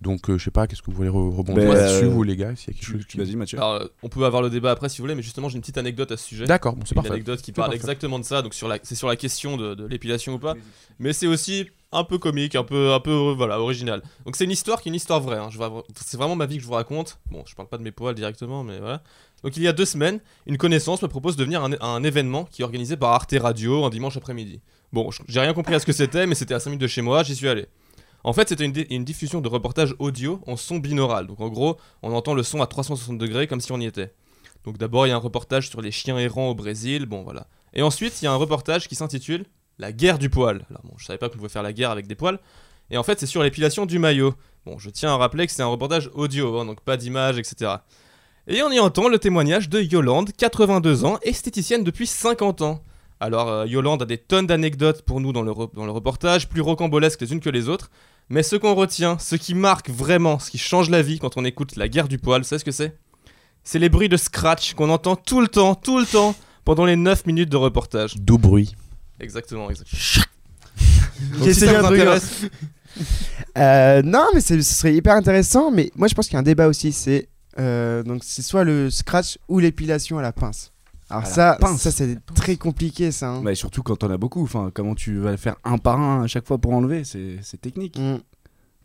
D: Donc, euh, je sais pas, qu'est-ce que vous voulez re- rebondir
B: Ben,
D: là-dessus,
B: euh,
D: vous, les gars S'il y a quelque chose qui-
B: Vas-y, Mathieu.
A: Alors, euh, on peut avoir le débat après si vous voulez, mais justement, j'ai une petite anecdote à ce sujet.
D: D'accord, bon, c'est
A: une
D: parfait.
A: anecdote qui parle
D: parfait.
A: exactement de ça. Donc sur la, c'est sur la question de, de l'épilation ou pas. Mais c'est aussi un peu comique, un peu, un peu, euh, voilà, original. Donc c'est une histoire qui est une histoire vraie. hein. Je vais avoir- c'est vraiment ma vie que je vous raconte. Bon, je parle pas de mes poils directement, mais voilà. Donc il y a deux semaines, une connaissance me propose de venir à un, à un événement qui est organisé par Arte Radio un dimanche après-midi. Bon, je- j'ai rien compris à ce que c'était, mais c'était à 5 minutes de chez moi, j'y suis allé. En fait, c'était une, di- une diffusion de reportages audio en son binaural. Donc en gros, on entend le son à 360 degrés comme si on y était. Donc d'abord, il y a un reportage sur les chiens errants au Brésil, bon voilà. Et ensuite, il y a un reportage qui s'intitule La guerre du poil. Alors bon, je savais pas qu'on pouvait faire la guerre avec des poils. Et en fait, c'est sur l'épilation du maillot. Bon, je tiens à rappeler que c'est un reportage audio, hein, donc pas d'image, etc. Et on y entend le témoignage de Yolande, 82 ans, esthéticienne depuis 50 ans. Alors, euh, Yolande a des tonnes d'anecdotes pour nous dans le, re- dans le reportage, plus rocambolesques les unes que les autres. Mais ce qu'on retient, ce qui marque vraiment, ce qui change la vie quand on écoute la guerre du poil, c'est ce que c'est c'est les bruits de scratch qu'on entend tout le temps, tout le temps, pendant les 9 minutes de reportage.
D: D'où bruit.
A: Exactement, exactement.
E: J'ai
A: si ça
E: essayé
A: vous
E: un truc,
A: intéresse,
E: Euh, non, mais c'est- ce serait hyper intéressant. Mais moi, je pense qu'il y a un débat aussi. C'est euh, donc c'est soit le scratch ou l'épilation à la pince. Alors
B: À la
E: ça,
B: Ah pince.
E: ça c'est très compliqué, ça. hein.
B: Bah, surtout quand on a beaucoup. Enfin, comment tu vas le faire un par un à chaque fois pour enlever C'est c'est technique.
E: Mm.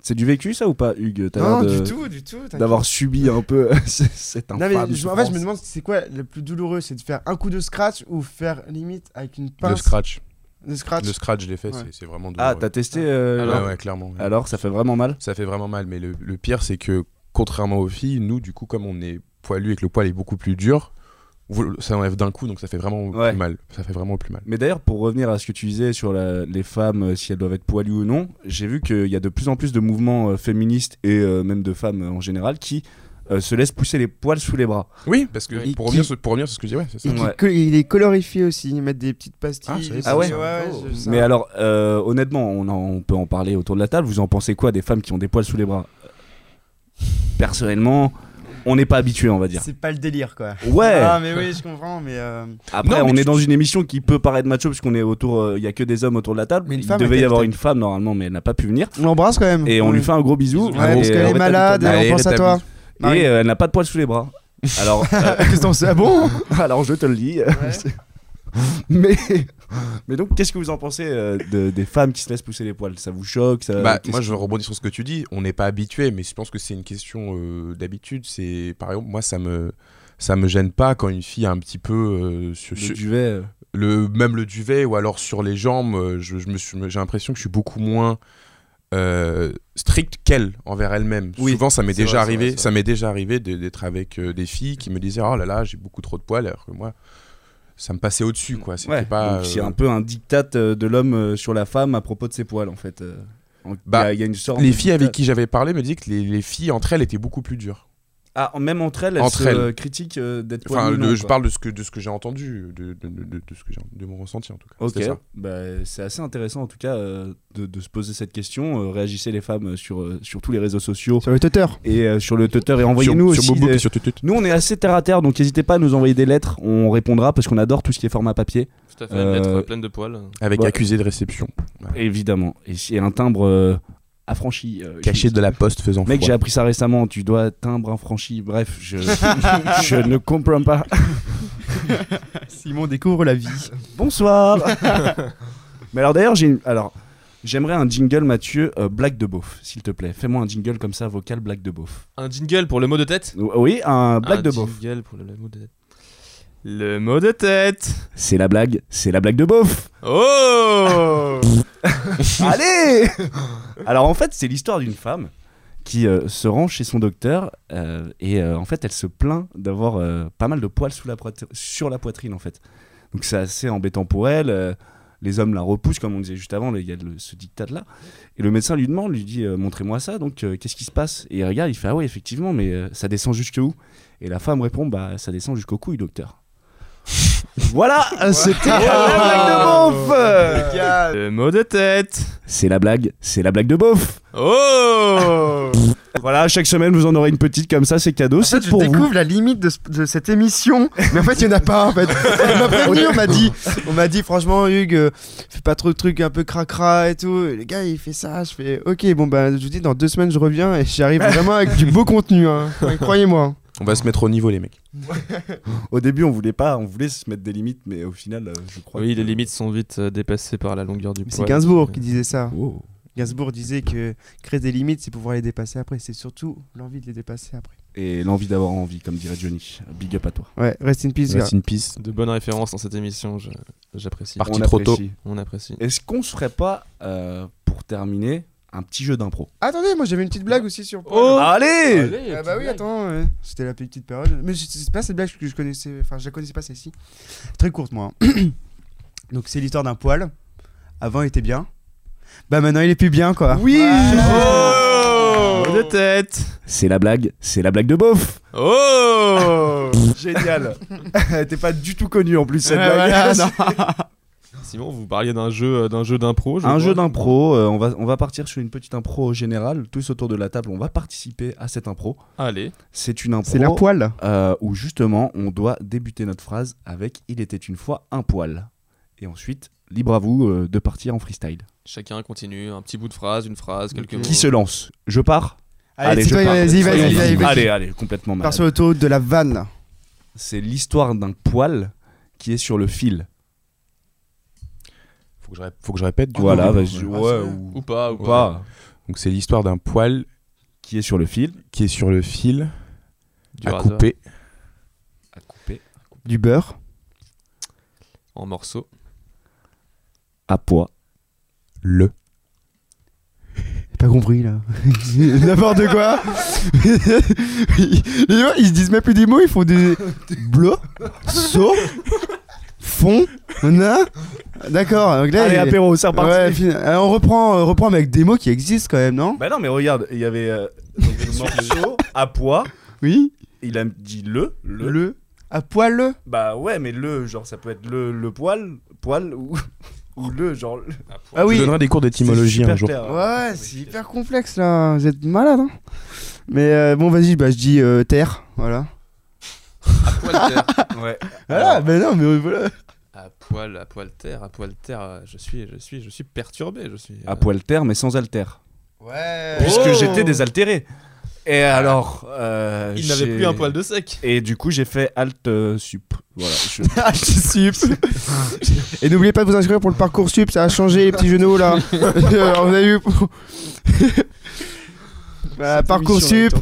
B: C'est du vécu ça ou pas, Hugues T'as
E: Non,
B: l'air de-
E: du tout, du tout. t'inquiète.
B: D'avoir subi un peu cette
E: Non, mais
B: infâme
E: je- en fait, je me
B: souffrance.
E: demande c'est quoi le plus douloureux, c'est de faire un coup de scratch ou faire limite avec une pince
D: Le scratch.
E: de scratch.
D: Le scratch, je l'ai fait,
E: Ouais.
D: c'est- c'est vraiment douloureux.
B: Ah, t'as testé euh,
D: Ouais,
B: Laure
D: ouais, clairement. ouais.
B: Alors, ça fait vraiment mal
D: Ça fait vraiment mal, mais le, le pire, c'est que contrairement aux filles, nous, du coup, comme on est poilu et que le poil est beaucoup plus dur, vous- ça enlève d'un coup, donc ça fait vraiment
B: Ouais.
D: plus mal. Ça fait vraiment plus mal.
B: Mais d'ailleurs, pour revenir à ce que tu disais sur la- les femmes, euh, si elles doivent être poilues ou non, j'ai vu qu'il y a de plus en plus de mouvements euh, féministes et euh, même de femmes euh, en général qui euh, se laissent pousser les poils sous les bras.
D: Oui, parce que
A: Oui.
D: pour,
E: Qui-
D: revenir sur, pour revenir sur ce que je disais, ouais, c'est ça.
E: Et qui
B: Ouais.
E: co- il est colorifié aussi, ils mettent des petites pastilles.
D: Ah,
E: des-
D: ça,
B: ouais.
D: Oh.
E: je- ça-
B: Mais alors, euh, honnêtement, on, en- on peut en parler autour de la table. Vous en pensez quoi des femmes qui ont des poils sous les bras Personnellement, on n'est pas habitué, on va dire.
E: c'est pas le délire quoi.
B: Ouais.
E: Ah mais oui, je comprends, mais euh,
B: Après,
D: Non, mais
B: on
D: tu-
B: est dans une émission qui peut paraître macho puisqu'on est autour, euh, il y a que des hommes autour de la table.
E: Mais une
B: Il
E: femme
B: devait y
E: était
B: avoir
E: peut-être-
B: une femme normalement, mais elle n'a pas pu venir.
E: on l'embrasse quand même.
B: Et on lui
E: Oui.
B: fait un gros bisou.
E: Ouais,
B: Et,
E: parce qu'elle
B: euh,
E: Bah, est malade,
D: Allez,
E: on pense à toi. Marie.
B: Et euh, elle n'a pas de poils sous les bras. Alors, euh,
E: Qu'est-ce qu'on sait Ah bon
B: alors je te le dis. mais, mais donc, qu'est-ce que vous en pensez euh, de- des femmes qui se laissent pousser les poils Ça vous choque ça,
D: Bah,
B: Euh, qu'est-ce-
D: moi, je veux rebondir sur ce que tu dis. On n'est pas habitué, mais je pense que c'est une question euh, d'habitude. C'est par exemple, moi, ça me ça me gêne pas quand une fille a un petit peu euh, sur-
B: le
D: sur-
B: duvet. euh,
D: le même le duvet ou alors sur les jambes. euh, Je, je me suis- j'ai l'impression que je suis beaucoup moins euh, strict qu'elle envers elle-même.
B: Oui,
D: Souvent, ça m'est
A: c'est vrai,
D: déjà
A: c'est
D: arrivé.
A: vrai, c'est
D: ça m'est déjà arrivé de- d'être avec euh, des filles qui me disaient oh là là, j'ai beaucoup trop de poils, alors que moi, ça me passait au-dessus quoi. C'était
B: ouais.
D: pas.
B: Donc, c'est
D: euh,
B: un peu un diktat euh, de l'homme euh, sur la femme à propos de ses poils, en fait. euh. En- il y
D: Bah,
B: a- il y, a une sorte.
D: Les
B: de
D: filles avec
B: diktat.
D: qui j'avais parlé me disaient que les, les filles entre elles étaient beaucoup plus dures.
B: Ah, même entre elles, elles
D: Entre
B: se
D: elles.
B: euh, critiquent euh, d'être
D: Enfin,
B: poilues ou
D: le-
B: non,
D: je
B: quoi.
D: parle de ce que de ce que j'ai entendu, de, de, de- de- de ce que j'ai- de mon ressenti en tout cas.
B: Ok,
D: C'était ça.
B: Bah, c'est assez intéressant en tout cas euh, de, de se poser cette question. Euh, réagissez les femmes euh, sur, euh, sur tous les réseaux sociaux
E: Sur le Twitter.
B: et euh, sur le Twitter et
D: Sur,
B: envoyez-nous
D: sur
B: aussi.
D: Bobo
B: des-
D: et sur Tutut.
B: Nous on est assez terre à terre donc n'hésitez pas à nous envoyer des lettres, on répondra parce qu'on adore tout ce qui est format papier.
A: Tout à fait, une lettre
B: Euh,
A: pleine de poils.
D: avec
B: Ouais.
D: accusé de réception,
B: Évidemment. Et, et un timbre euh, affranchi. euh,
D: caché
B: je-
D: de la poste faisant
B: Mec, j'ai
D: froid.
B: appris ça récemment, tu dois timbre affranchi. Bref, je, je ne comprends pas.
E: Simon découvre la vie.
B: Bonsoir. Mais alors d'ailleurs, j'ai une- alors j'aimerais un jingle Mathieu euh, blague de beauf, s'il te plaît. Fais-moi un jingle comme ça vocal blague de beauf.
A: Un jingle pour le mot de tête
B: Ou- Oui, un blague
A: Un
B: de beauf.
A: jingle pour le, le mot de tête. Le mot de tête
B: C'est la blague, c'est la blague de beauf.
A: Oh
B: Allez. alors en fait, c'est l'histoire d'une femme qui euh, se rend chez son docteur euh, et euh, en fait elle se plaint d'avoir euh, pas mal de poils sous la poitri- sur la poitrine en fait. Donc c'est assez embêtant pour elle. euh, les hommes la repoussent comme on disait juste avant, là, il y a le- ce dictat là. Et le médecin lui demande, lui dit euh, montrez-moi ça. Donc euh, qu'est-ce qui se passe Et il regarde, il fait ah ouais effectivement, mais euh, ça descend jusque où Et la femme répond bah ça descend jusqu'au couilles docteur. voilà, c'était la blague de beauf.
E: Oh,
A: Le mot de tête.
B: C'est la blague, c'est la blague de beauf.
A: Oh
B: Voilà, chaque semaine vous en aurez une petite comme ça, c'est cadeau,
F: En fait,
B: c'est
F: je
B: pour vous.
F: découvre la limite de, ce- de cette émission.
E: Mais en fait, il n'y en a pas, en fait. On m'a prévenu, on m'a dit, on m'a dit, franchement, Hugues, euh, fais pas trop de trucs un peu cracra et tout. Et le gars, il fait ça. Je fais, ok, bon, bah, je vous dis, dans deux semaines, je reviens et j'arrive vraiment avec du beau contenu, hein. Ouais, Croyez-moi.
D: On va se mettre au niveau, les mecs.
B: Au début, on voulait pas, on voulait se mettre des limites, mais au final, euh, je crois.
A: Oui,
B: que-
A: les limites sont vite euh, dépassées par la longueur du
E: Mais
A: poil.
E: C'est Gainsbourg qui disait ça.
B: Wow.
E: Gainsbourg disait que créer des limites, c'est pouvoir les dépasser après. C'est surtout l'envie de les dépasser après.
B: Et l'envie d'avoir envie, comme dirait Johnny. Big up à toi.
E: Ouais, rest in peace, gars.
D: Rest in peace.
A: De bonnes références dans cette émission, je- j'apprécie.
D: Parti trop tôt.
B: apprécie.
A: On apprécie.
B: Est-ce qu'on se ferait pas, euh, pour terminer, un petit jeu d'impro
E: Attendez, moi, j'avais une petite blague aussi sur
B: Oh
E: Paul.
B: Allez
E: Ah bah oui, attends, ouais. c'était la petite période. Mais c'est c'est pas cette blague que je connaissais, enfin je la connaissais pas celle-ci. Très courte moi. hein. Donc c'est l'histoire d'un poil. Avant il était bien. Bah maintenant il est plus bien quoi.
B: Oui
A: Oh Mot de tête.
B: C'est la blague, c'est la blague de beauf
A: Oh
B: Génial T'es pas du tout connu en plus cette
E: Ouais,
B: blague.
E: voilà, non.
A: Simon, vous parliez d'un jeu, euh, d'un jeu d'impro. je
B: Un
A: crois.
B: jeu d'impro, euh, on, va, on va partir sur une petite impro générale. Tous autour de la table, on va participer à cette impro.
A: Allez.
B: C'est une impro
E: C'est la poil.
B: euh, où justement on doit débuter notre phrase avec Il était une fois un poil. Et ensuite, libre à vous euh, de partir en freestyle.
A: Chacun continue, un petit bout de phrase, une phrase, quelques mots.
B: Qui se lance Je pars
E: Allez, c'est
B: je
E: toi,
B: pars.
E: vas-y, vas-y, vas-y, vas-y.
B: Allez, allez, complètement
E: Par
B: malade.
E: sur l'autoroute de la vanne.
B: C'est l'histoire d'un poil qui est sur le fil.
D: Faut que je, rép- faut que je répète.
E: Ah
D: du
B: voilà,
D: coup.
B: vas-y.
D: Ouais.
B: ouais, ou,
A: Ou pas, ou
B: ou
A: pas.
B: pas.
D: Donc c'est l'histoire d'un poil
B: Qui est sur le fil
D: qui est sur le fil
A: Du
D: à
A: rasoir,
D: couper.
B: À couper.
E: Du beurre.
A: En morceaux.
B: À poids.
D: Le.
E: J'ai pas compris là. N'importe quoi. ils, ils se disent même plus des mots, ils font des blo, so, fond, na. D'accord. donc là,
B: Allez,
E: il-
B: apéro, c'est reparti.
E: Eh, Ouais, fin- Alors, on reprend, euh, reprend mais avec des mots qui existent quand même, non
B: Bah non, mais regarde, il y avait euh, le morceau à poids.
E: Oui.
B: Il a dit le, le.
E: Le. À poil le.
B: Bah ouais, mais le, genre ça peut être le, le poil, poil ou, ou le, genre. le-
E: Ah
D: Je
E: oui.
D: donnerai des cours d'étymologie
B: C'est
D: un jour.
B: super clair.
E: Ouais, c'est hyper complexe là. Vous êtes malade, hein Mais euh, bon, vas-y, bah je dis euh, terre, voilà.
A: À poil terre.
B: Ouais.
E: Voilà, mais non, mais voilà.
A: à poil, à poil terre, à poil terre. euh, Je suis, je suis, je suis perturbé. Je suis. euh,
B: À poil terre, mais sans altère.
E: Ouais.
B: Puisque
A: Oh
B: j'étais désaltéré. Et alors. euh,
A: Il n'avait
B: j'ai-
A: plus un poil de sec.
B: Et du coup, j'ai fait alt euh, sup. Voilà. je-
E: Ah, je suis sup. Et n'oubliez pas de vous inscrire pour le parcours sup, ça a changé les petits genoux là. Euh, on a eu. Voilà, parcours sup,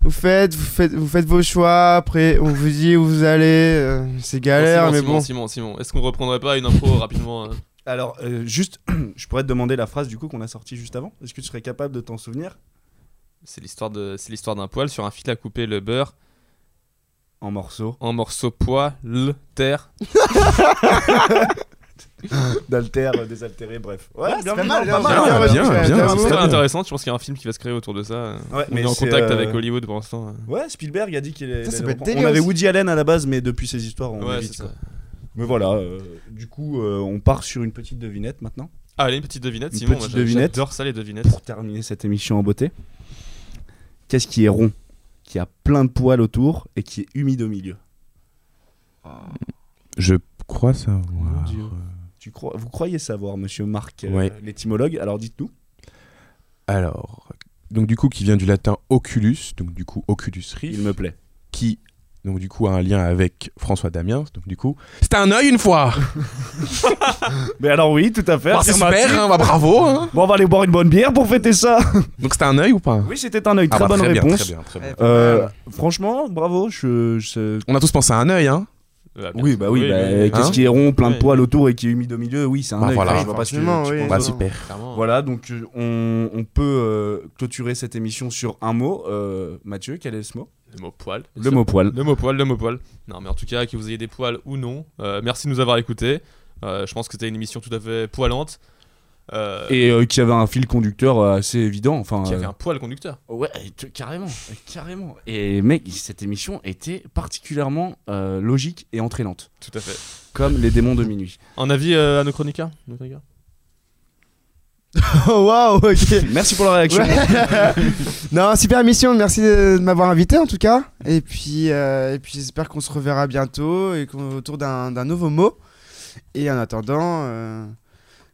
E: vous faites, vous faites, vous faites vos choix. Après, on vous dit où vous allez. euh, C'est galère,
A: Oh, Simon,
E: mais
A: Simon,
E: bon.
A: Simon, Simon, est-ce qu'on reprendrait pas une impro rapidement euh
B: Alors, euh, juste, je pourrais te demander la phrase du coup qu'on a sortie juste avant. Est-ce que tu serais capable de t'en souvenir
A: C'est l'histoire de, c'est l'histoire d'un poil sur un fil à couper le beurre
B: en morceaux
A: en morceaux poil terre.
B: D'alter, euh, désaltéré, bref. Ouais, Ah, bien,
E: pas
B: vu,
E: mal,
B: non,
E: bien, bien,
B: ouais,
D: bien,
B: ouais,
D: bien,
B: ouais,
E: Ah
A: C'est
E: ouais
A: très
B: ouais.
A: intéressant. Je pense qu'il y a un film qui va se créer autour de ça.
B: Ouais,
A: On
B: mais
A: est en
B: c'est,
A: contact
B: euh,
A: avec Hollywood pour l'instant. hein.
B: Ouais, Spielberg a dit qu'il est.
E: Ça, ça peut être
B: on
E: délire
B: avait
E: aussi.
B: Woody Allen à la base, mais depuis ces histoires, on
A: Ouais,
B: évite.
A: c'est ça.
B: quoi. Mais voilà, euh, du coup, euh, on part sur une petite devinette maintenant
A: Ah, allez, une petite devinette,
B: Une
A: Simon.
B: petite
A: moi, j'a-
B: devinette.
A: J'adore ça, les devinettes.
B: pour terminer cette émission en beauté. Qu'est-ce qui est rond, qui a plein de poils autour et qui est humide au milieu
D: Je crois savoir.
B: Dieu. Tu crois, vous croyez savoir, monsieur Marc, euh,
D: Ouais.
B: l'étymologue Alors dites-nous.
D: Alors, donc du coup, qui vient du latin oculus, donc du coup Oculus Rift,
B: Il me plaît.
D: qui donc du coup a un lien avec François Damiens, donc du coup, c'était un œil une fois.
B: Mais alors oui, tout à fait.
D: Bah,
B: affirmatif.
D: super, hein, bah, bravo. hein.
B: Bon, on va aller boire une bonne bière pour fêter ça.
D: Donc c'était un œil ou pas
B: Oui, c'était un œil. Très
D: Ah bah,
B: bonne
D: très bien,
B: réponse.
D: très bien, très bien.
E: Ouais.
B: Euh, franchement, bravo. Je, je-
D: On a tous pensé à un œil, hein
A: Ah, bien
B: Oui,
A: sûr.
B: bah oui, bah,
A: mais-
B: qu'est-ce
D: Hein
B: qui est rond, plein de
A: Oui.
B: poils autour et qui est humide au milieu Oui, c'est un
D: Bah
B: œil,
D: voilà.
B: enfin, je vois pas ce que tu-
E: Forcément,
B: tu
E: oui.
B: comprends.
D: Bah
E: non.
D: super.
A: Clairement.
B: Voilà, donc euh, on, on peut euh, clôturer cette émission sur un mot. Euh, Mathieu, quel est ce mot
A: Le mot poil. bien
B: Le
A: sûr.
B: mot poil.
A: Le mot poil, le mot poil. Non, mais en tout cas, que vous ayez des poils ou non, euh, merci de nous avoir écoutés. Euh, je pense que c'était une émission tout à fait poilante. Euh,
B: Et euh, qui avait un fil conducteur euh, assez évident. Enfin,
A: qui avait
B: euh,
A: un poil conducteur.
B: Ouais, t- carrément, carrément. Et mec, cette émission était particulièrement euh, logique et entraînante,
A: Tout à fait.
B: comme les démons de minuit.
A: En avis euh, à nos chroniqueurs nos chroniqueurs
E: Oh, Waouh, ok.
B: Merci pour la réaction.
E: Ouais. non, super émission. Merci de de m'avoir invité en tout cas. Et puis, euh, et puis j'espère qu'on se reverra bientôt et qu'on autour d'un d'un nouveau mot. Et en attendant, euh,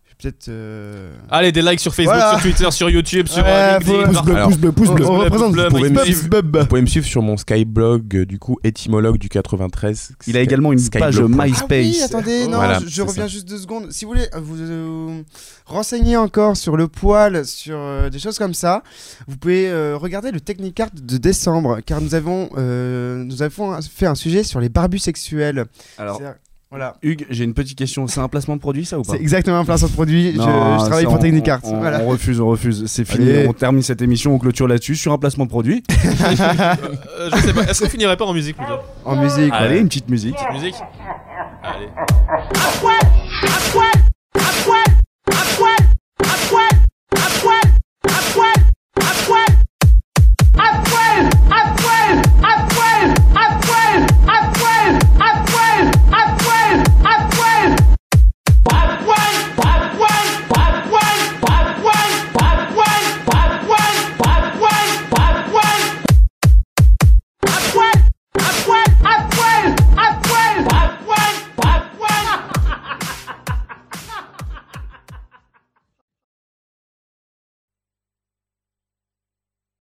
E: je vais peut-être. euh,
A: Allez, des likes sur Facebook,
E: Voilà.
A: sur Twitter, sur YouTube, sur
E: Ouais,
A: euh,
E: faut-
A: LinkedIn.
E: pouce
A: par-
D: bleu, pouce
E: bleu, pouce
A: bleu.
E: On représente.
A: Pouce bleu,
E: pouce
D: pouce
E: bleu,
D: bleu.
E: pouce bleu.
D: Vous pouvez me suivre sur mon Skyblog, euh, du coup, étymologue du 93.
B: Il a également une
D: Skyblog.
B: page
E: Ah oui,
B: MySpace.
E: attendez, non,
D: Voilà,
E: je, je
D: c'est
E: reviens juste deux secondes. Si vous voulez euh, vous euh, renseigner encore sur le poil, sur euh, des choses comme ça, vous pouvez euh, regarder le Technicart de décembre, car nous avons, euh, nous avons un- fait un sujet sur les barbus sexuels.
B: Alors,
E: C'est-à-dire- Voilà.
B: Hugues, j'ai une petite question. C'est un placement de produit, ça ou pas
E: C'est exactement un plein centre produit. je,
B: Non,
E: je travaille
B: ça,
E: pour
B: on-
E: Technicart.
B: On,
E: voilà.
B: on refuse, on refuse. C'est fini.
E: Allez.
B: On termine cette émission, on clôture là-dessus sur un placement de produit.
A: Euh, je sais pas, est-ce qu'on finirait pas en musique plutôt
E: En musique.
B: Allez, une petite musique.
A: Musique Allez.
G: à poil, à poil,